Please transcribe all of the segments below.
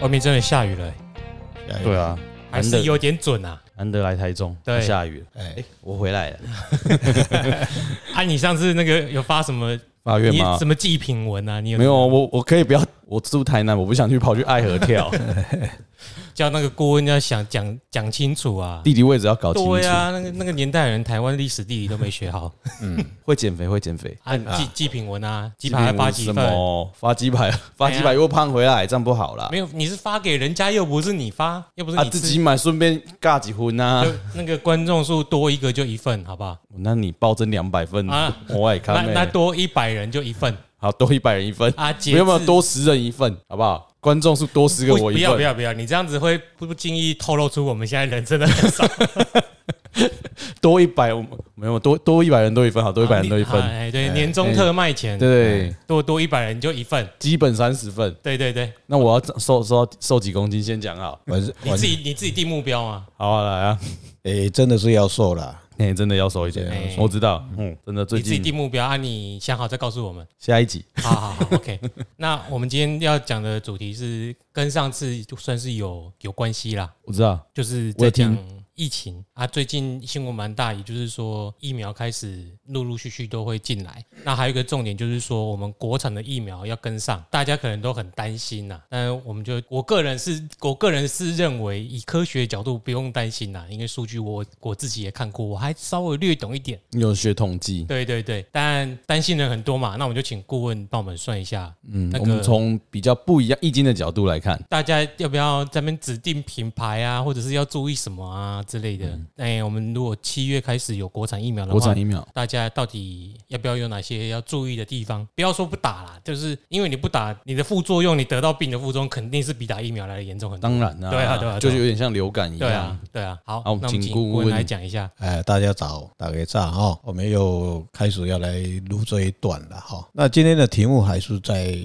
外面真的下雨了、下雨对，啊，还难是得有点准啊。难得来台中，对下雨了，哎、哎，我回来了，啊，你上次那个有发什么？八月你吗什？么祭品文啊？你有没有，我我可以不要，我住台南，我不想去跑去爱河 跳，叫那个顾问要想讲讲清楚啊？地理位置要搞清楚对。啊，那个那个年代的人，台湾历史地理都没学好嗯，会减肥，会减肥。 啊。祭祭品文啊，鸡排要发几什份？哎么？发鸡排， 发鸡排又胖回来，这样不好啦没。有，你是发给人家，又不是你发，又不是啊，你自吃己买，顺便尬几荤啊就。那个观众数多一个就一份，好不好？那你暴增两百份啊，我也那看那没。多一百人就一份好，多一百人一份，啊！截没有没有至多十人一份，好不好？观众数多十个不我不一要不份，要不要，你这样子会不不经意透露出我们现在人真的 很少，多一百，我们没有多多一百人多一份，好，多一百人多一啊份，哎哎，对，年终特卖前，对，多多一百人就一份，基本三十份。对对对，那我要瘦瘦到瘦几公斤，先讲好，我是你我自己你自己定目标嘛，好啊，来 啊，哎、真的是要瘦啦。那你真的要瘦一对要点，瘦我知道，嗯，真的最你自己定近目标啊，你想好再告诉我 们。下一集好好好，OK。那我们今天要讲的主题是跟上次就算是有有关系啦，我知道，就是我在有讲听疫情啊，最近新闻蛮大，也就是说疫苗开始陆陆续续都会进来。那还有一个重点就是说，我们国产的疫苗要跟上，大家可能都很担心呐、但我们就我个人是，我个人是认为以科学角度不用担心啦，因为数据我我自己也看过，我还稍微略懂一点。你有学统计，对对对，但担心人很多嘛，那我们就请顾问帮我们算一下，嗯，那我们个从比较不一样易经的角度来看，大家要不要在那边指定品牌啊，或者是要注意什么啊之类的？哎、我们如果七月开始有国产疫苗的嗯国话产。疫苗大家到底要不要有哪些要注意的地方？不要说不打啦，就是因为你不打，你的副作用，你得到病的副作用肯定是比打疫苗来的严重很多。当然啦，对啊对啊对啊就是有点像流感一对样啊。，对啊。好，好那我们请请顾顾问问来讲一下。哎，大家早，打个早哈、哦！我们又开始要来录这一段了哈、那今天的题目还是在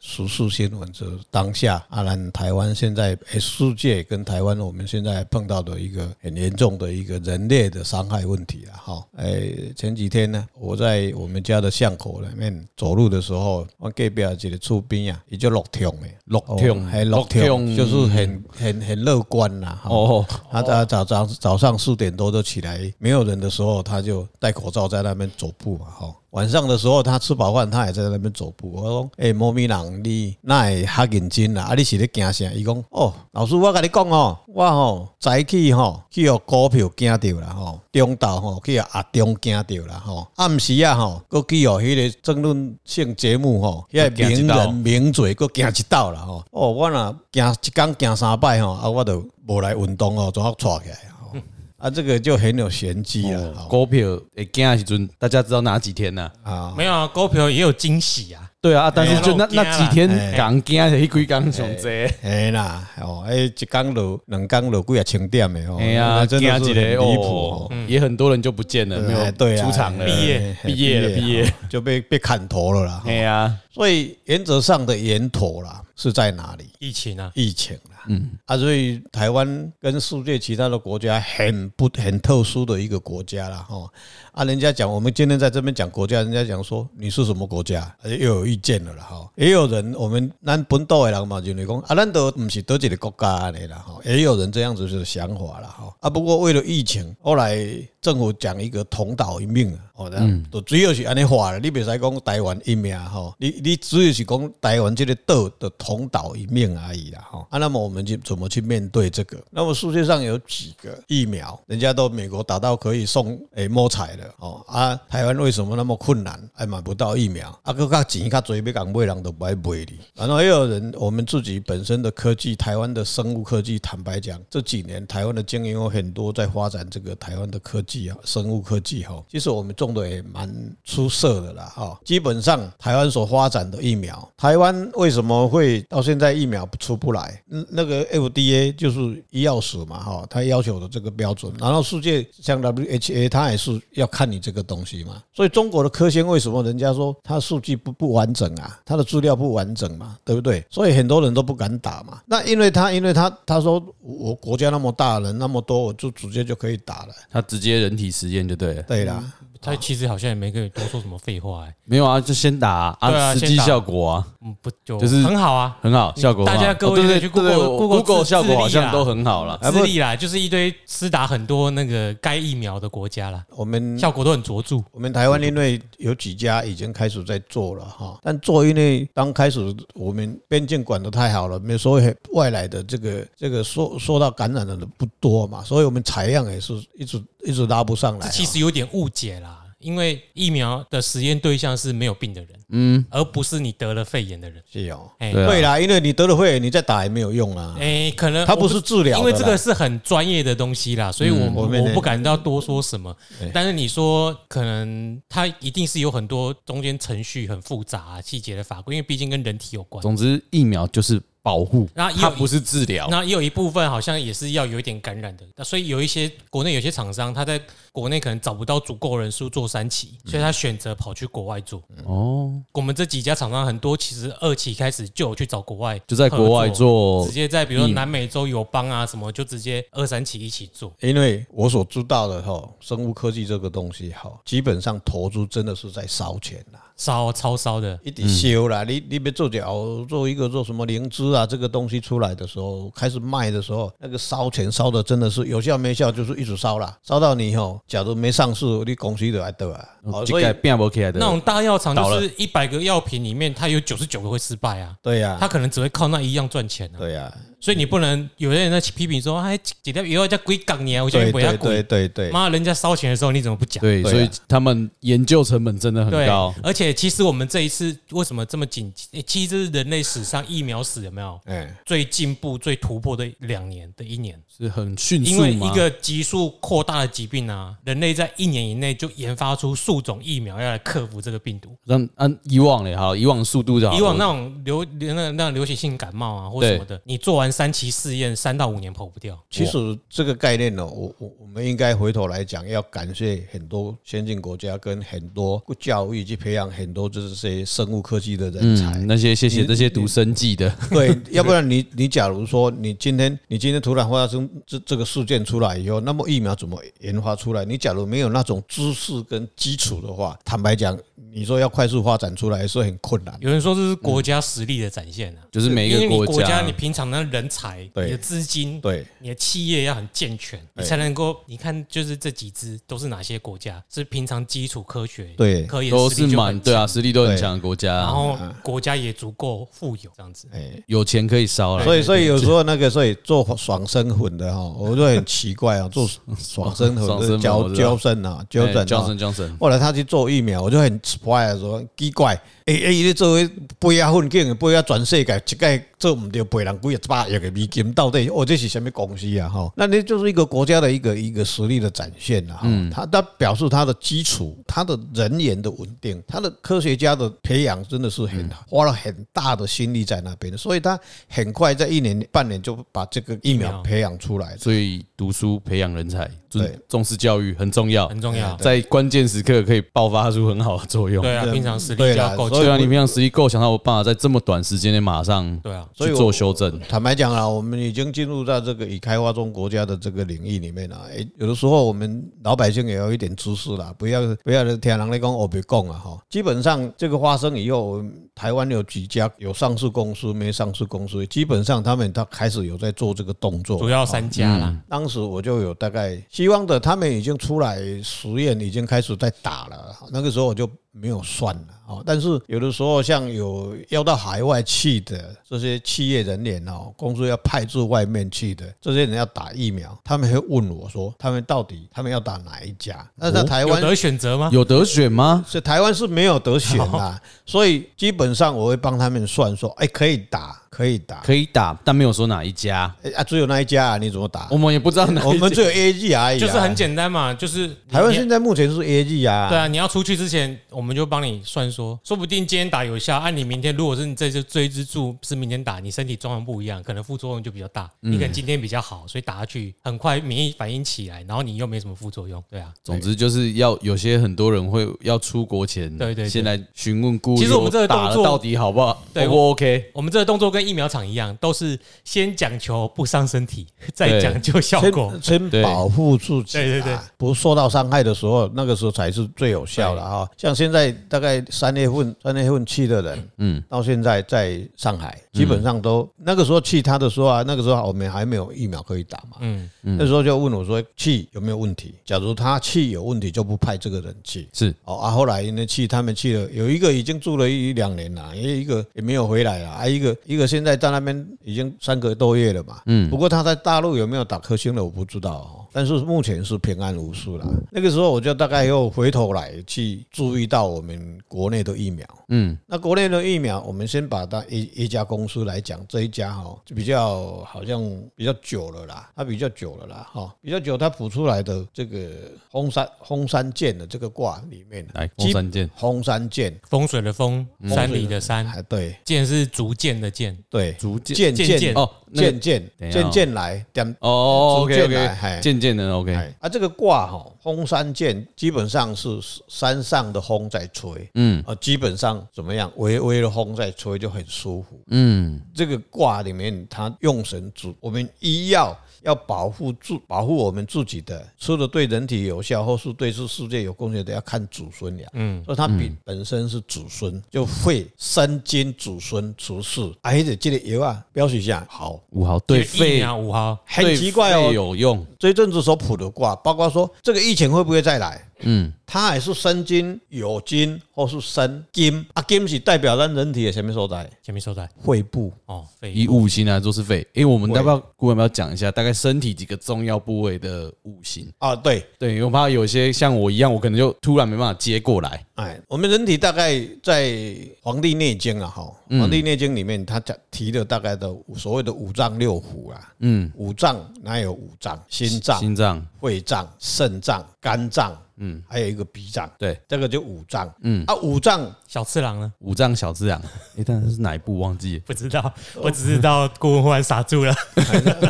时事新闻，就是当下阿兰台湾现在，哎，世界跟台湾我们现在碰到的一个很严重的一个人类的伤害问题了哈、哎，前几天呢，我在我们家的巷口里面走路的时候，我隔壁一个厝边啊，也就落跳的，落痛还落跳，落痛就是很很很乐观啦哈。哦，他他早早早上四点多就起来，没有人的时候，他就戴口罩在那边走步嘛，哈。晚上的时候，他吃饱饭，他也在那边走步。我说：“哎、猫咪人，你那会较认真啦？啊，你是咧惊啥？”伊讲：“哦，老师，我跟你讲哦，我吼、早起吼、去互股票惊到啦吼、中昼吼、去互阿中惊到啦吼、暗时啊吼，搁去互迄个争论性节目吼、迄、又个惊一名道人名嘴，搁行一道啦吼。哦，我若行一工行三摆吼，啊，我都无来运动哦，怎啊带起来嗯吼。啊，这个就很有玄机啦。吼哦股票会惊的时阵，大家知道哪几天呢？啊，没有啊，股票也有惊喜啊。对啊，啊哎但是就那哎那几天哎刚惊的，迄几天上侪。嘿啦，哦，哎，一工落两工落几啊千点的哦，哎呀，真惊的是很一个离谱哦哦。，也很多人就不见了，没有哎对啊，出场了，哎毕业哎毕业了，哦毕业。就被被砍头了啦。哎呀，所以原则上的源头啦是在哪里？疫情啊，疫情啦，嗯啊，所以台湾跟世界其他的国家很不很特殊的一个国家啦，哈啊，人家讲我们今天在这边讲国家，人家讲说你是什么国家，啊又有意见了啦，哈，也有人我们咱本岛的人嘛，就是讲啊，咱都不是多一个国家的啦，哈，也有人这样子的想法啦，哈啊，不过为了疫情，后来政府讲一个同岛一命啊，哦，这样就主要是安尼话了，你袂使讲台湾一命啊吼，你你主要是讲台湾这个岛的同岛一命而已啦吼。啊，那么我们就怎么去面对这个？那么世界上有几个疫苗，人家都美国打到可以送诶摸彩了哦啊，台湾为什么那么困难，还买不到疫苗？啊，搁较钱较侪，要讲买人都不爱买你。然后也有人，我们自己本身的科技，台湾的生物科技，坦白讲，这几年台湾的精英有很多在发展这个台湾的科技啊，生物科技哈、其实我们种的也蛮出色的啦哈、基本上台湾所发展的疫苗，台湾为什么会到现在疫苗出不来？嗯那个 FDA 就是医药署嘛哈、它要求的这个标准，然后世界像 WHA 它也是要看你这个东西嘛。所以中国的科兴为什么人家说它数据不不完整啊，它的资料不完整嘛，对不对？所以很多人都不敢打嘛。那因为他因为他他说我国家那么大人那么多，我就直接就可以打了。他直接人体实验就对了。对啦，他其实好像也没跟你多说什么废话、欸，没有啊，就先打啊，对啊实际先打效果啊，嗯，不就就是很好啊，很好，效果很好大家各位哦对对可以去对对 Google- 我 Google 自效果好自立像啊都很好了。哎不智利啦，就是一堆施打很多那个该疫苗的国家啦，我们效果都很卓著。我们台湾因为有几家已经开始在做了哈，但做因为刚开始我们边境管得太好了，没有所谓外来的这个这个受受到感染的人不多嘛，所以我们采样也是一直一直拉不上来这啊。其实有点误解啦，因为疫苗的实验对象是没有病的人，嗯，而不是你得了肺炎的人。是哦，哎、对啊对啦，因为你得了肺，你再打也没有用啦哎、，可能它不我是治疗因的啦，为这个是很专业的东西啦，所以我、嗯我我们我不敢要多说什么对。但是你说可能它一定是有很多中间程序很复杂、啊、细节的法规，因为毕竟跟人体有关。总之疫苗就是保护，那也有它不是治疗。那也有一部分好像也是要有一点感染的，那所以有一些国内有些厂商，他在国内可能找不到足够人数做三期，所以他选择跑去国外做。哦，我们这几家厂商很多，其实二期开始就有去找国外合作，就在国外做直，接在比如说嗯南美洲友邦啊什么，就直接二三期一起做。因为我所知道的哈，生物科技这个东西哈，基本上投资真的是在烧钱啦。烧超烧的，一直修啦，你你别做脚做一个做什么灵芝啊，这个东西出来的时候，开始卖的时候，那个烧钱烧的真的是有效没效，就是一直烧啦，烧到你吼，假如没上市，你公司就来得啊。哦，这所以个变不起来的那。种大药厂倒就了是一百个药品里面，它有九十九个会失败啊，对呀、它可能只会靠那一样赚钱啊，对呀、所以你不能有些人在批评说，哎，几条以后叫鬼港你啊，我叫你对不要对对鬼，对对，妈，人家烧钱的时候你怎么不讲？对，对啊所以他们研究成本真的很对高。，而且其实我们这一次为什么这么紧急？诶其实这是人类史上疫苗史有没有哎，最进步、最突破的两年的一年？是很迅速因为一吗？个急速扩大的疾病啊，人类在一年以内就研发出数种疫苗要来克服这个病毒。让按以往嘞，好，以往速度就好了。以往那种流那那那种流行性感冒啊或什么的，你做完三期试验，三到五年跑不掉。其实这个概念呢、哦我我我们应该回头来讲，要感谢很多先进国家跟很多教育去培养很多就是这些生物科技的人才。嗯，那些谢谢这些读生计的， 对，要不然你你假如说你今天你今天突然发生这这个事件出来以后，那么疫苗怎么研发出来？你假如没有那种知识跟基础的话，坦白讲，你说要快速发展出来是很困难。有人说这是国家实力的展现啊，就是每一因为个你国家你平常的人才、对你的资金、对，你的企业要很健全，你才能够。你看，就是这几支都是哪些国家？是平常基础科学对科研都实是力就蛮很对啊，强，实力都很强的国家，啊然后国家也足够富有，这样子。嗯哎。有钱可以烧了。哎所以，所以有时候那个，所以做爽身粉的哈，我就很奇怪啊，做爽身粉 爽身的粉胶我知胶道身啊，胶哎枕啊， Johnson Johnson，后来他去做疫苗，我就很 surprise 说奇怪，诶、欸、诶，你做为飞啊混境，飞啊全世界一概做唔到赔人几啊百亿的美金，到底哦这是什么公司啊？哈，那这就是一个国家的一个一个实力的展现啊。嗯，他他表示他的基础，他的人员的稳定，他的科学家的培养真的是很、花了很大的心力在那边，所以他很快在一年半年就把这个疫疫苗苗培养出来了。所以读书培养人才，对重重视教育很重要，很重要在关键时刻可以爆发出很好的作用。对啊，哎对平常实力对就啦要够所强。以对啊，你平常实力够强，那我办法在这么短时间内马上对啊，所以去我做 修正。坦白讲啊，我们已经进入到这个已开发中国家的这个领域里面了、啊诶、有的时候我们老百姓也有一点知识啦，不要不要听人来讲我别讲啊哈。基本上这个发生以后，我们台湾有几家有上市公司，没上市公司，基本上他们他开始有在做这个动作。哦主要三家啦，当时我就有大概希望的，他们已经出来实验，已经开始在打了。那个时候我就没有算了哦。但是有的时候像有要到海外去的这些企业人员哦，公司要派驻外面去的这些人要打疫苗，他们会问我说，他们到底他们要打哪一家？那在台哦有湾得选择吗？有得选吗？是台湾是没有得选啦，所以基本上我会帮他们算说，哎，可以打，可以打。可以打，但没有说哪一家，哎啊，只有那一家、啊，你怎么打哦我？们也不知道 哪我一们家。只有 A G 而已、啊，就是很简单嘛，就是台湾你现在目前是 A G 啊，对啊，你要出去之前，我们就帮你算说，说不定今天打有效，按、你明天如果是你这就追支柱是明天打，你身体状况不一样，可能副作用就比较大。嗯你可能今天比较好，所以打下去很快免疫反应起来，然后你又没什么副作用。对啊，总之就是要有些很多人会要出国前，对对对先来询问顾虑，其实我们这个动打作了到底好不好对，O 不 OK？我们这个动作跟疫苗厂一样，都是先讲求不伤身体，再对讲究效果。先先对保护自己，啊对对对，不受到伤害的时候，那个时候才是最有效的哈。像现在大概三月份、三月份去的人，嗯，到现在在上海，基本上都那个时候去他的时候啊，那个时候我们还没有疫苗可以打嘛，嗯，那时候就问我说去有没有问题？假如他去有问题，就不派这个人去。是哦啊，后来呢去他们去了，有一个已经住了一两年了，啊也一个也没有回来了啊，一个一个现在在那边已经三个多月了嘛。嗯，不过他在大陆有没有打科兴的我不知道哦，但是目前是平安无事啦。那个时候我就大概又回头来去注意到我们国内的疫苗。嗯，那国内的疫苗，我们先把它一一家公司来讲，这一家哈、哦、就比较好像比较久了啦，它比较久了啦哈、比较久它谱出来的这个红山红山剑的这个卦里面，啊来基红三剑，红山剑，风水的风，山里的山，哎，对剑是竹剑的剑，对，逐渐渐渐渐哦那个渐渐等一下哦渐渐来点哦逐，OK 渐来嗨 OK，渐渐的 OK，哎啊，这个卦哈，风山剑基本上是山上的风在吹，嗯啊，基本上怎么样，微微的风在吹就很舒服。嗯，这个卦里面，它用神主，我们医药要保护自保护我们自己的，吃的对人体有效，或是对这世界有贡献的，要看祖孙俩。嗯，所以它比本身是祖孙，就会身经祖孙出世，而且这个药啊，标示一下好，五号对这个疫肺苗五号，啊很对奇怪肺哦。有用，这一阵子所卜的卦，包括说这个疫情会不会再来，嗯，它还是身金、有金或是身金啊，金是代表咱人体的什么所在？前面说的肺部。哦，以肺五行来做是肺。诶，我们对要不要顾问要不要讲一下大概身体几个重要部位的五行？啊，对，对，因为我怕有些像我一样，我可能就突然没办法接过来。哎，我们人体大概在《黄帝内经》啊，哈，嗯《黄帝内经》里面它讲提了大概的所谓的五脏六腑啊，嗯，五脏哪有五脏？心脏、心脏，肺脏、肾脏、肝脏，嗯，还有一个脾脏，对，这个就五脏，嗯啊，五脏 小次郎呢？五脏小自然。诶，但是哪一部 忘记了？不知道，我只知道顾问忽然傻住了。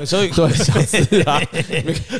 所以 对啊小自 然，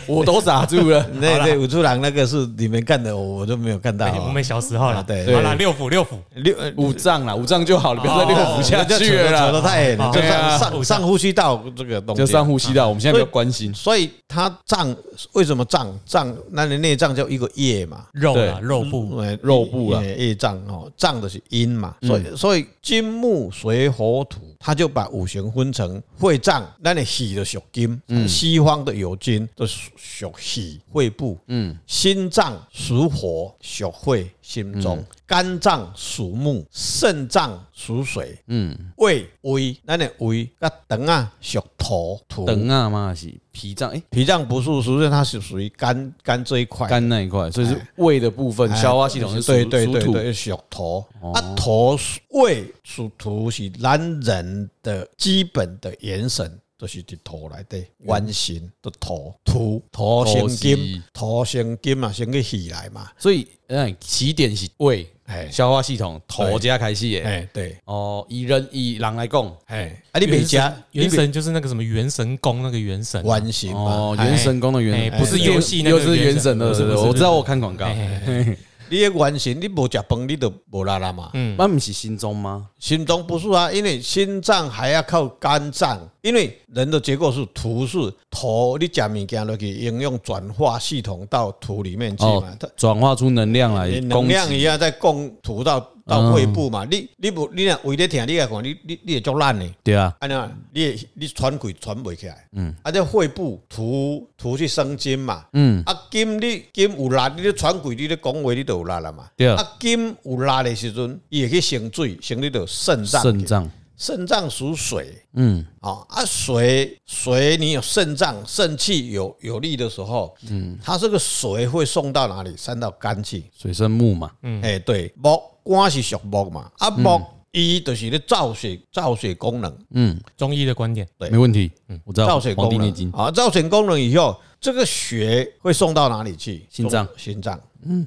我都傻住 了。那那五处郎那个是你们干的，我我都没有看到、哎我啊。们小时候了，啊对好对啦，六腑六腑，六五脏啦，五脏就好了，不要再六哦腑下去了扯啦。得太远了，就对啊上上上呼吸道这个东西，就上呼吸道，我们现在比较关心。啊所以它脏为什么脏？脏那你内脏叫一个液嘛，肉啦对肉部，哎肉部啊嗯液液脏哦，脏的是阴嘛，所以所以金木水火土，它就把五行分成会脏，那你喜的属金，嗯西方的有金的属喜肺部，嗯，心脏属火属肺心中，嗯肝脏属木，肾脏属水，嗯，胃胃，那你胃甲肠啊属土土。等啊嘛是脾脏，诶，脾脏不是，实际上它是属于肝肝这一块，肝那一块，所以是胃的部分，消啊化系统是属哎对哎对对属土。哦对属土啊，土是胃属土是咱人的基本的元神，就是伫土来的嗯原神的土土土生金，土生金嘛，先去起来嘛，所以，嗯，起点是胃，哎消化系统，头加开始耶。哎对，哦，以人以狼来供，哎啊你每家原神就是那个什么元神宫那个元神啊，原神嘛哦，，元神宫的元哎，不是游戏那个又是元神的，元神不是不对对哎对是我知道我看广告。哎你的原神你无食饭你就无啦啦嘛，嗯，那不是心中吗？心脏不是啊，因为心脏还要靠肝脏，因为人的结构是土是土，你食物件落去，应用转化系统到土里面去嘛，它哦哎转化出能量来能供量给。一样在供土到到肺部嘛。你你不你若胃在疼，你来看你你你会足烂的。对啊，安尼啊，你会你喘气喘袂起来，嗯，啊，这肺部土土去生金嘛，嗯，啊金你金有力，你咧喘气，你咧讲话你就有力了嘛，对啊金有力的时阵，伊会去生水，生你就肾脏去，肾脏，肾脏属水，嗯，啊啊水水，你有肾脏肾气有有力的时候，嗯，它这个水会送到哪里？散到肝气，水生木嘛，嗯，哎对，木肝是属木嘛，啊木伊就是咧造水造水功能，嗯，中医的观点，对没问题，嗯，我知道造《水黄功帝内能经》啊，造水功能以后，这个血会送到哪里去？心脏嗯中，心脏，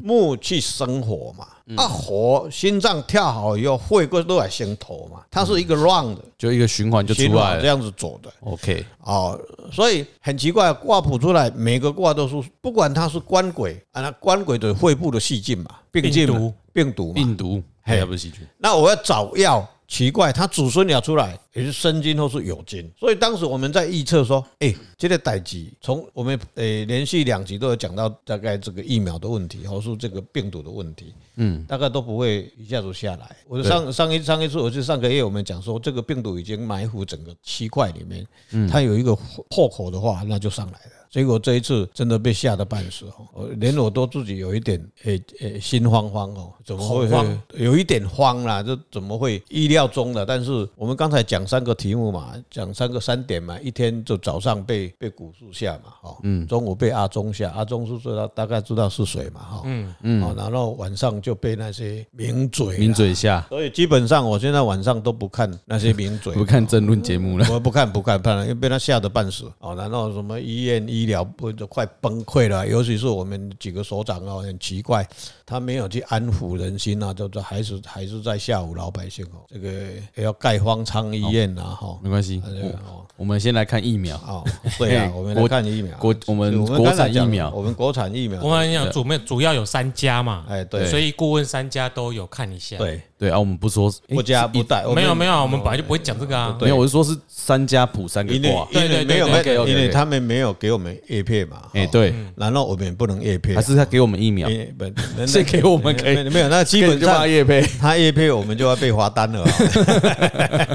木去生火嘛，啊火心脏跳好以后，会过都来生头嘛，它是一个 round 的就一个循嗯环就循出来环这了。样子走的。 OK，哦，所以很奇怪，卦谱出来每个卦都是，不管它是官鬼啊，那官鬼的肺部的细菌嘛，病菌嘛病毒、病毒嘛。病毒哎嘿还不是细菌，那我要找药奇怪，他祖孙俩出来也是生金或是有金，所以当时我们在预测说，哎、这个代际从我们诶、连续两集都有讲到大概这个疫苗的问题，或是这个病毒的问题，嗯，大概都不会一下子下来。我上上一上一次，我是上个月我们讲说，这个病毒已经埋伏整个区块里面，嗯它有一个破口的话，那就上来了。结果这一次真的被吓得半死哦，我连我都自己有一点诶诶、心慌慌哦，怎么会恐慌有一点慌啦？这怎么会意料中的？但是我们刚才讲三个题目嘛，讲三个三点嘛，一天就早上被被股市下嘛，哈、嗯，中午被阿中下，阿中是知道大概知道是谁嘛，哈、嗯嗯，哦，然后晚上就被那些名嘴啦抿嘴，下，所以基本上我现在晚上都不看那些名嘴， 不看争论节目了。 我不看不看，不然被他吓得半死哦。然后什么医院医疗不都快崩溃了？尤其是我们几个所长哦，很奇怪，他没有去安抚人心啊，就就还是还是在吓唬老百姓哦。这个也要盖方舱医院呐、啊，哈、没关系，我我们先来看疫苗，哦，对啊，嘿我们来看疫苗，国我是们我国刚才产疫讲苗我们国产疫苗，我们讲主面主要有三家嘛，哎对所以顾问三家都有看一下。，对，对啊，我们不说诶不加不带，我没有们没有，啊我们本来就不会讲这个啊。没有，我是说是三家普三个因为卦，对因为对对没对有嗯没有 OK，OK，OK 因为他们没有给我们叶片嘛，哎，哦，对，然后我们也不能叶片还，是他给我们疫苗，因为 不是给我们可以没有没有，那基本就骂上叶配，他叶配我们就要被罚单了啊、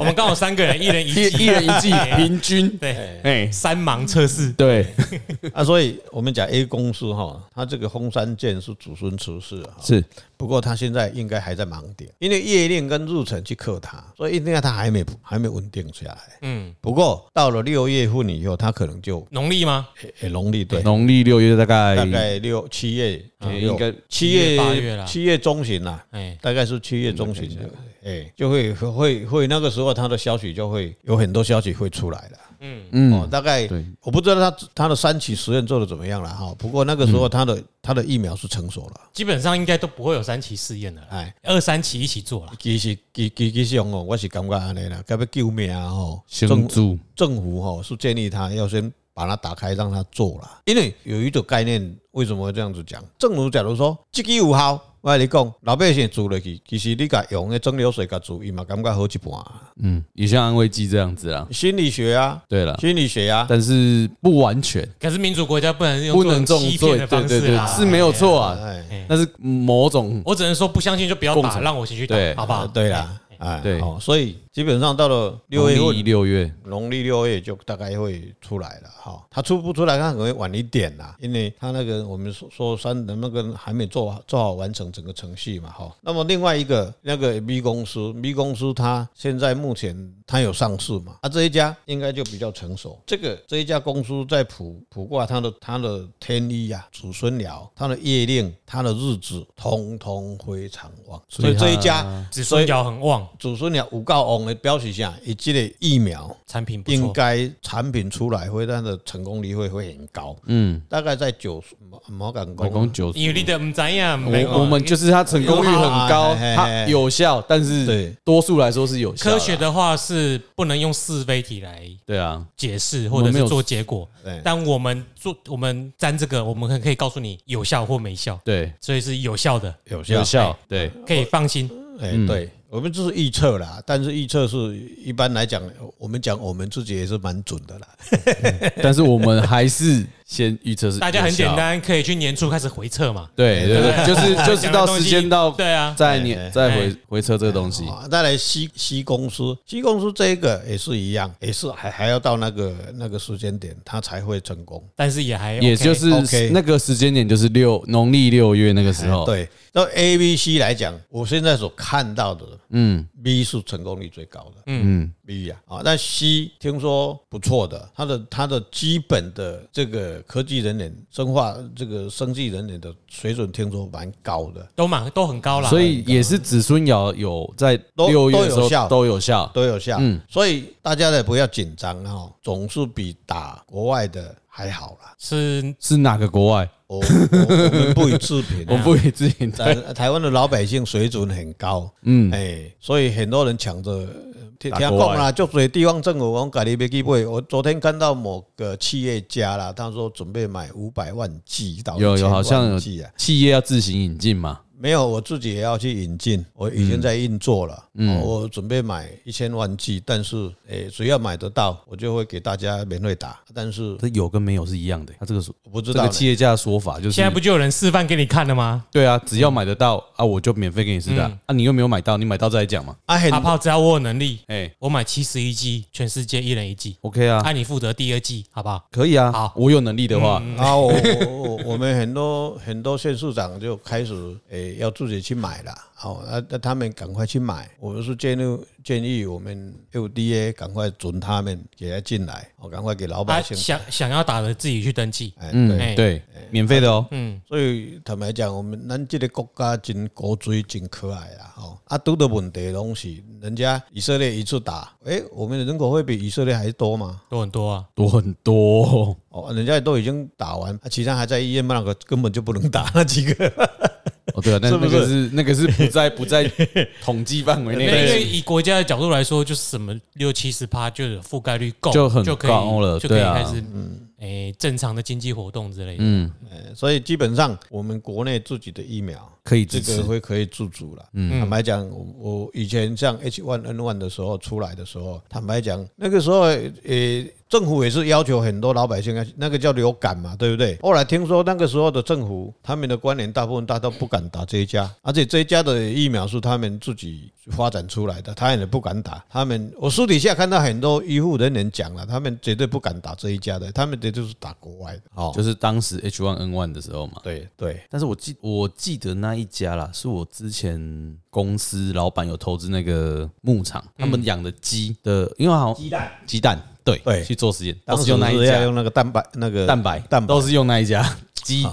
我们刚好三个人，一 人一剂， 一一人一 剂，平均，对，哎，三盲测试。对，啊，所以我们讲 A 公司哈，它这个红山舰是祖孙出世哈，是不过它现在应该还在盲点，因为业令跟入城去克它，所以应该它还没还没稳定下来。嗯，不过到了六月份以后，它可能就农历吗？诶诶农历对，农历六月大概大概六七月左哎右应该七七月八月月啦七月中旬啦，哎，大概是七月中旬，哎，就会会会那个时候它的消息就会有很多消息会出来了。哦，嗯，大概对我不知道他他的三期实验做的怎么样了哈。不过那个时候他的他的疫苗是成熟了，基本上应该都不会有三期试验的啦，哎，二三期一起做了。其实其其其实哦，我是感觉安尼啦，该要救命啊吼，生政猪，政府吼是建议他要先把它打开让他做啦，因为有一种概念，为什么会这样子讲？政府假如说这个有效。我跟你讲，老百姓做落去，其实你甲用的蒸馏水甲做，伊嘛感觉好一半啊。嗯，也像安慰剂这样子啦，心理学啊，对嗯了，心理学啊，但是不完全，可是民主国家不能用不能这种重欺罪骗，的对方对式对，啦。是没有错啊，哎，但是某种我只能说不相信就不要共打，存让我先去打对，好不好？对啦，哎，对哦，所以基本上到了六月农份历，六月，农历六月就大概会出来了哈。它出不出来，它可能会晚一点啦，因为它那个我们说说三的那个还没做好做好完成整个程序嘛哈。那么另外一个那个 B 公司，B 公司它现在目前它有上市嘛，啊这一家应该就比较成熟。这个这一家公司在卜卜卦它的它的天意啊、祖孙爻、它的业令、它的日子，通通非常旺，所以这一家。子孙爻很旺，子孙鸟有够旺的表示啥？伊这个疫苗产品不应错。该产品出来会，它的成功率会会很高，嗯，大概在九十，毛毛敢哦百讲公九十因为你的唔知呀，不知道我我们就是它成功率很高，哎有效啊嘿嘿它有对效，但是多数来说是有效啦。呃科学的话是不能用是非题来对啊，解释我或们者没有是做结果对，但我们做我们沾这个，我们可可以告诉你有效或没效，对，所以是有效的，有效有。效，对，可以放心。哎、嗯对，我们就是预测啦，但是预测是一般来讲，我们讲我们自己也是蛮准的啦。 但是我们还是先预测是大家很有效简，单，可以去年初开始回测嘛。对对 对，就是就是到时间到对啊，再哎年再哎回回测这个东西，啊，再来西西公司，西公司这一个也是一样，也是还还要到那个那个时间点，它才会成功。但是也还 OK, 也就是 OK 那个时间点就是六农历六月那个时哎候，对，那 A、B、C 来讲，我现在所看到的嗯 B 是成功率最高的。嗯， B 呀啊，那 C 听说不错的，它的它的基本的这个科技人员生化这个生技人员的水准听说蛮高的，都蛮都很高啦。所以也是子孙爻有在都六月的都时有候效都有效，都有效，嗯所以大家也不要紧张哈，总是比打国外的还好啦。是是哪个国外？，我我我们不予置评啊 我不予置评。台呃台湾的老百姓水准很高，嗯，哎，所以很多人抢着呃听打听讲国外啦，就所以地方政府我家里别去买。我昨天看到某个企业家啦，他说准备买五百万剂到有有1000好像有剂啊，企业要自行引进嘛？没有，我自己也要去引进，我已经在运作了。嗯嗯，我准备买一千万剂，但是诶，只要买得到，我就会给大家免费打。但是这有跟没有是一样的。他这个说我不知这道个呢，企业家的说法就是，现在不就有人示范给你看了吗？对啊，只要买得到啊，我就免费给你吃嗯的啊。啊你又没有买到，你买到再来讲嘛。啊，很阿炮，只要我有能力，哎我买七十一剂，全世界一人一剂， ，OK 啊，啊，你负责第二剂，好不好？可以啊。好嗯我有能力的话， 啊，我我我我们很多很多县市长就开始诶、要自己去买了，好、那、那他们赶快去买。我们是建议建议我们 FDA 赶快准他们给他进来，哦，赶快给老啊，百姓。想想要打的自己去登记，哎、嗯，对，哎对，免费的哦。嗯，所以坦白讲，我们咱这个国家真古锥，真可爱啦，吼、啊，拄到问题的东西，人家以色列一次打，诶、我们的人口会比以色列还多吗？都很多啊。多很多，哦，人家都已经打完，啊，其他还在医院，那个根本就不能打那几个。哦对啊，那是不那是个是那个是 不在不在统计范围因为内，以国家的角度来说，就是什么六七十趴就有覆盖率够，就很就可以高了就可以对啊开始诶正常的经济活动之类的。嗯，所以基本上我们国内自己的疫苗，可以这支个持。会可以自主了。嗯坦白讲，我我以前像 H1N1 的时候出来的时候，坦白讲，那个时候呃，政府也是要求很多老百姓要啊那个叫流感嘛，对不对？后来听说那个时候的政府，他们的官员大部分大都不敢打这一家，而且这一家的疫苗是他们自己发展出来的，他也不敢打。他们我私底下看到很多医护人员讲了，他们绝对不敢打这一家的，他们绝对是打国外的。哦，就是当时 H1N1 的时候嘛。对对。但是我记我记得那一家啦，是我之前公司老板有投资那个牧场，嗯他们养的鸡的，因为好鸡蛋鸡蛋对对去做实验，当都时是用那一是要家用那个蛋白那个蛋白蛋白都是用那一家鸡。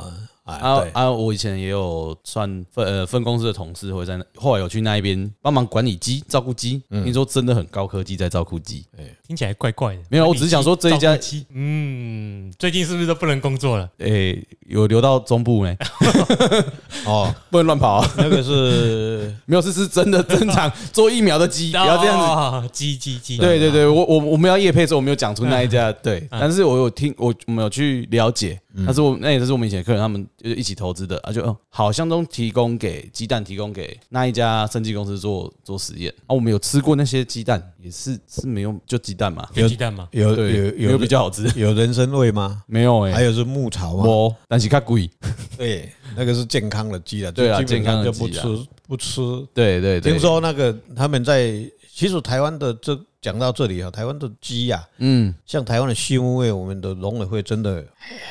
啊，啊对，啊！我以前也有算分呃分公司的同事会在那，后来有去那一边帮忙管理鸡、照顾鸡。嗯听说真的很高科技在照顾鸡，听起来怪怪的。没有我只是想说这一家照顾机嗯，最近是不是都不能工作了？诶、有留到中部呢， 哦，不能乱跑啊、那个是没有，是是真的正常做疫苗的鸡，不哦要这样子子，哦鸡鸡鸡。对对嗯对，我我我们要叶配的时候，我没有讲出那一家，对，但是我有听，我我们有去了解，嗯但是我那也是我们以前的客人，他们就是一起投资的，啊就、哦好像都提供给鸡蛋，提供给那一家生技公司做做实验啊，我们有吃过那些鸡蛋，也是是没有就鸡蛋嘛，有鸡蛋嘛？ 有呃有对，没有有比较好吃，有人参味吗？没有还哎，有是牧草吗？我但是看贵，对，那个是健康的鸡了，对啊就基本上就不健康吃不吃。对对对，听说那个他们在，其实台湾的这讲到这里啊，台湾的鸡呀、嗯，像台湾的畜牧业，我们的农委会真的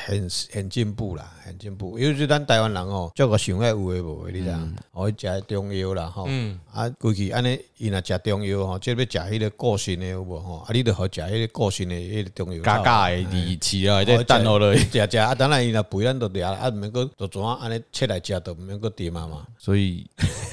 很很进步啦，很进步。尤其咱台湾人哦，这个想爱有诶无诶，你知嗯影？哦，食中药啦，吼，啊，规去安尼，伊若食中药吼，即要食迄个固性诶有无吼？啊，你着好食迄个固性诶迄个中药。嘎嘎的离奇哎啊，在蛋 落了，食食啊，当然伊若肥咱就掠啦，啊，毋免搁就怎啊安尼切来食，就毋免搁炖啊嘛。所以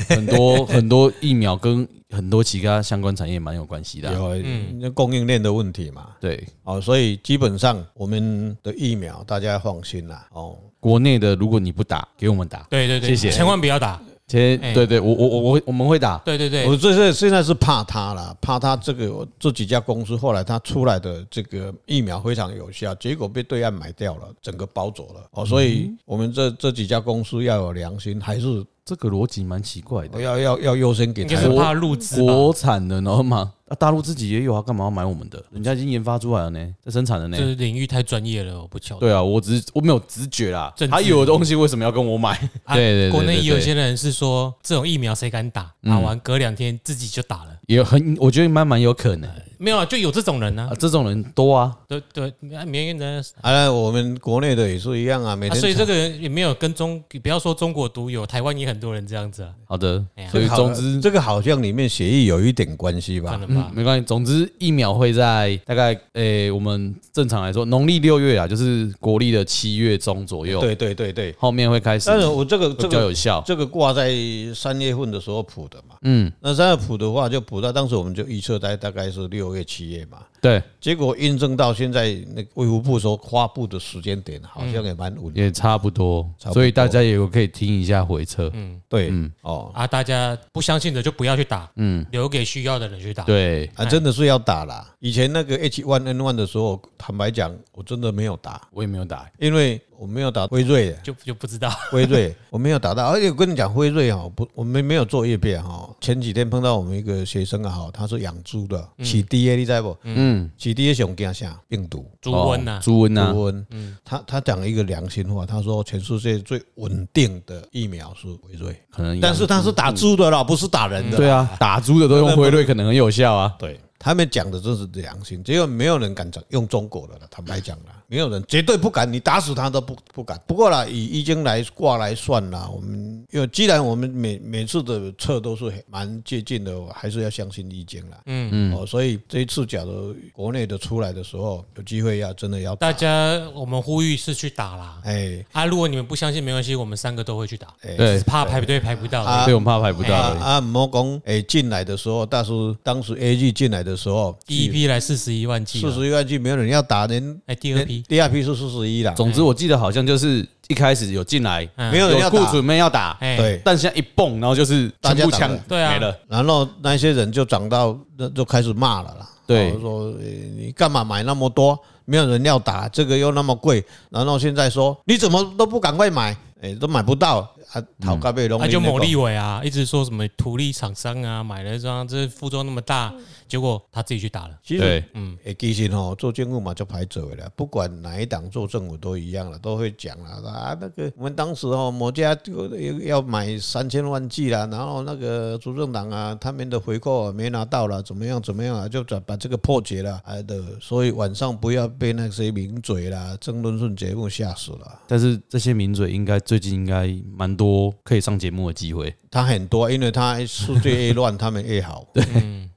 很多很多疫苗跟很多其他相关产业蛮有关系的啊，有哦那供应链的问题嘛。对。哦，所以基本上我们的疫苗大家放心啦。哦，国内的，如果你不打，给我们打。对对对，谢谢千万不要打。切，哎对对，我我我我我们会打。对对对，我这是现在是怕他啦，怕他这个这几家公司后来他出来的这个疫苗非常有效，结果被对岸买掉了，整个包走了。哦，所以嗯我们这这几家公司要有良心，还是这个逻辑蛮奇怪的。要要要优先给应台该是湾。怕入资吧？国产的，然后嘛，啊，大陆自己也有啊，干嘛要买我们的？人家已经研发出来了呢，在生产了这呢。是领域太专业了，我不晓得。对啊，我只是我没有直觉啦政，治他有的东西为什么要跟我买？啊对对对国内对嗯也有对些人是说这种疫苗谁敢打？打完隔两天自己就打了，也很，我觉得蛮蛮有可能啊，没有啊，就有这种人呢。这种人多啊。对对，没没人啊，那我们国内的也是一样啊，每啊，天、所以这个人也没有跟中，不要说中国独有，台湾也很多人这样子啊，好的哎，呀所以好总之这个好像里面协议有一点关系可吧？能吧。没关系，总之疫苗会在大概诶、我们正常来说农历六月啊，就是国历的七月中左右，对对对对。后面会开始但是我这个会这比个较有效。这个挂在三月份的时候补的嘛，嗯，那三月补的话就补到当时我们就预测在大概是六六月、七月嘛。对，结果印证到现在，那个卫福部所发布的时间点好像也蛮稳定。也差不多，差不多所以大家也有可以听一下回测。对，哦，啊，大家不相信的就不要去打，嗯，留给需要的人去打。对，啊，真的是要打啦。以前那个 H1N1 的时候，坦白讲，我真的没有打，我也没有打，因为我没有打辉瑞的，就就不知道，哦辉瑞我没有打到。而且我跟你讲，辉瑞哈，不，我们没有做叶片哈。前几天碰到我们一个学生啊，哈，他是养猪的，起 DA 你知不？嗯，起 DA 熊惊啥？病毒。猪瘟啊呐、哦猪瘟啊呐高，温，他他讲了一个良心话，他说全世界最稳定的疫苗是辉瑞，可能但是他是打猪的啦，不是打人的。对，啊，打猪的都用辉瑞，可能很有效啊。对他们讲的真是良心，结果没有人敢讲用中国的了。坦白讲啦，没有人绝对不敢，你打死他都不不敢。不过啦，以易经来卦来算啦，我们因为既然我们每每次的测都是蛮接近的，我还是要相信易经啦。嗯嗯，哦，所以这一次假如国内的出来的时候，有机会要真的要大打，家我们呼吁是去打啦。哎。啊，如果你们不相信没关系，我们三个都会去打，哎只是怕排队排不到而已。所以我们怕排不到而已。啊啊！唔好讲，诶，进来的时候，大叔当时 A G 进来的时候，第一批来四十一万剂四了，十一万剂没有人要打，连哎，第二连批第二批是四十一啦，总之，我记得好像就是一开始有进来，嗯没有人要有打雇。主们要打，哎，对，但现在一蹦，然后就是大全家部打了枪对啊没了。然后那些人就长到那就开始骂了啦，对哦说诶你干嘛买那么多？没有人要打，这个又那么贵，然后现在说你怎么都不赶快买，诶，都买不到啊！讨咖啡龙那嗯就某立委啊，一直说什么图利厂商啊，买了一张这副装那么大，结果他自己去打了。其实对，诶，其实吼、做政府嘛就排走了，不管哪一党做政府都一样了，都会讲了啊。那个我们当时哦，某家就要买三千万剂啦，然后那个执政党啊，他们的回扣啊没拿到了，怎么样怎么样啊，就把把这个破解了啊的。所以晚上不要被那些名嘴啦、争论论节目吓死了。但是这些名嘴应该最近应该蛮多可以上节目的机会，他很多，因为他世界越乱，他们越好。对，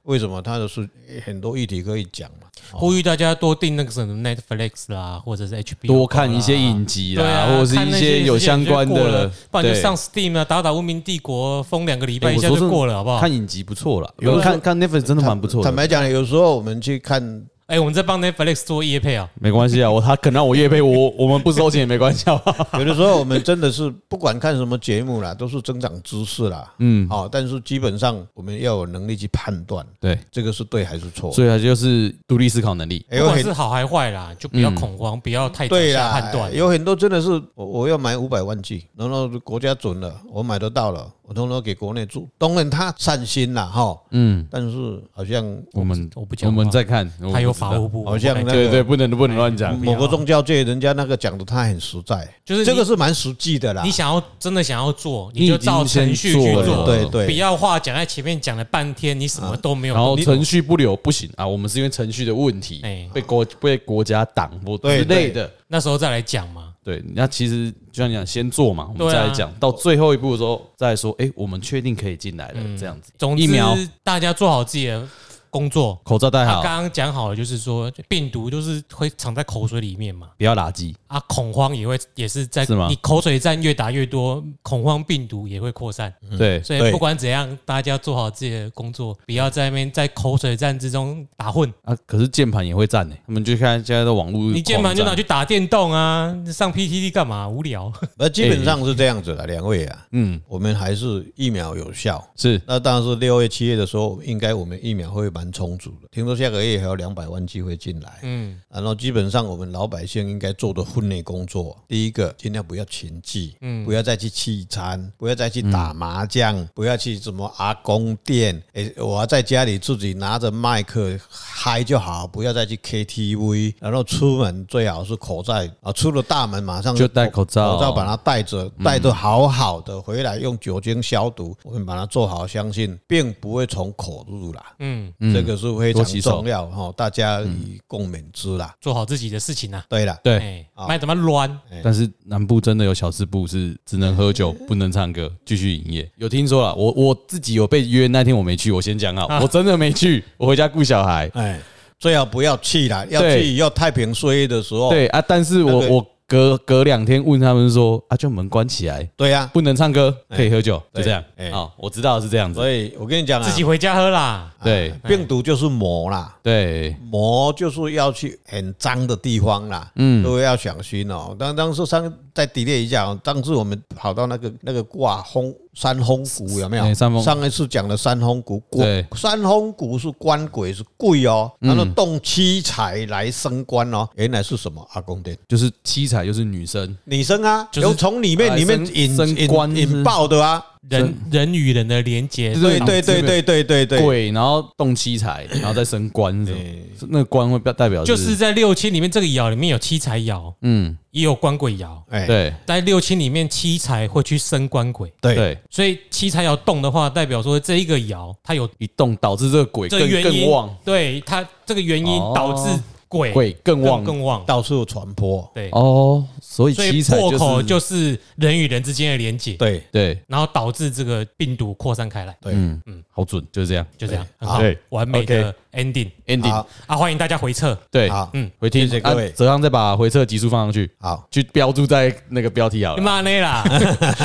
为什么他的是很多议题可以讲嘛？哦呼吁大家多订那个什么 Netflix 啦，或者是 HBO，多看一些啦影集对啦，啊，或者是看一那些有事情相关就过了的，不然就对上 Steam 啊，打打《无名帝国》，封两个礼拜哎一我下说就真过了，好不好？看影集不错了，有看看 Netflix 真的蛮不错坦的。白讲，有时候我们去看哎，我们在帮 Netflix 做业配啊，没关系啊，我他肯让我夜配，我 我们不收钱也没关系啊。 有的时候我们真的是不管看什么节目啦，都是增长知识啦。嗯，好，但是基本上我们要有能力去判断对，这个是对还是错。所以他就是独立思考能力。哎不有管很是好还坏啦，就不嗯要恐慌，不要太早对下啦，判哎断。有很多真的是我我要买五百万 G，然后国家准了，我买得到了，我通通给国内住。当然他善心啦，哈，嗯，但是好像我们我不讲我话们再看，还有我不知道法务部，好像哎那对对，个不能不能乱讲。不要啊某个宗教界人家那个讲的他很实在，就是这个你是蛮实际的啦你。想要真的想要做，你你就已经照程序去先做做，了啊对对不要话讲在前面讲了半天，你什么都没有。然后程序不留不行啊，我们是因为程序的问题哎被国被国家挡或对之类的。那时候再来讲嘛，对，那其实就像你讲，先做嘛，我们对啊再来讲，到最后一步的时候再来说，哎，我们确定可以进来嗯了，这样子。总疫之苗大家做好自己的工作。口罩戴他好，刚刚讲好了，就是说病毒就是会藏在口水里面嘛，不要垃圾。啊，恐慌也会也是在是吗你口水战越打越多，恐慌病毒也会扩散，嗯对，所以不管怎样，大家做好自己的工作，不要在那边在口水战之中打混。啊，可是键盘也会占呢。他们就看现在的网络，你键盘就拿去打电动啊，上 PTT 干嘛？无聊。呃，基本哎上是这样子的，两位啊，嗯，我们还是疫苗有效，是那当然是六月、七月的时候，应该我们疫苗会蛮充足的。听说下个月还有两百万剂会进来，嗯，然后基本上我们老百姓应该做的分内工作，第一个尽量不要群聚，嗯，不要再去聚餐，不要再去嗯打麻将，不要去什么阿公店，诶、我要在家里自己拿着麦克嗨就好，不要再去 KTV，然后出门最好是口罩啊，出了大门马上就戴口罩嗯口罩把它戴着，戴得好好的，回来用酒精消毒，我们把它做好，相信并不会从口入啦。嗯，这个是非常多洗手嗯重要哈，大家以共勉之啦。做好自己的事情啊。对啦，对。哎，买怎么乱？但是南部真的有小吃部是只能 喝酒不能唱歌，继续营业。有听说了，我我自己有被约，那天我没去，我先讲啊好，我真的 没去，我回家顾小孩。哎，最好不要去啦，要对去要太平岁月的时候，哦对啊，但是那我个我隔隔两天问他们说啊，就门关起来，对啊呀、不能唱歌，可以喝酒，就对这样哎。哦，我知道是这样哎子。所以我跟你讲啊，自己回家喝啦。对病毒就是魔啦，对，魔就是要去很脏的地方啦，嗯，各位要小心哦。当当时上再提炼一下哦，当时我们跑到那个那个挂风山峰谷有没有？哎山峰上一次讲的山峰谷，对嗯山峰谷是官鬼是贵哦，然后动七彩来升官哦，原来是什么阿公殿？就是七彩，就是女生，女生啊，就是由从里面哎里面升引升官引是不是引爆的啊，人人与人的连接，对对对对对对对对，鬼，然后动七彩，然后再升官是什么，是那个官会代表就是在六亲里面，这个爻里面有七财爻，嗯，也有官鬼爻。哎对在六亲里面，七财会去生官鬼，对，对，所以七财爻动的话，代表说这一个爻它有一动导致这个鬼这个更原因更旺，，对它这个原因哦导致鬼鬼更旺哎更更旺。到处传播，对，哦，所以所七以彩破口就是就是人与人之间的连接，对对，然后导致这个病毒扩散开来，对。嗯嗯，好准，就是这样。就这样，对很好对，完美的 ending ending 好啊！欢迎大家回撤，对，好，嗯，回听谢谢各位啊泽康再把回测集数放上去，好，去标注在那个标题好了。骂内 啦，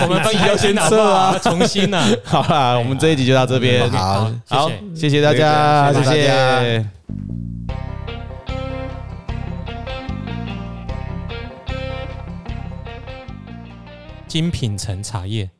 我们分开要先好不撤啊好重新啊，好啦，我们这一集就到这边，好哎好 好谢谢，谢谢大家，谢谢谢大谢。精品城茶叶。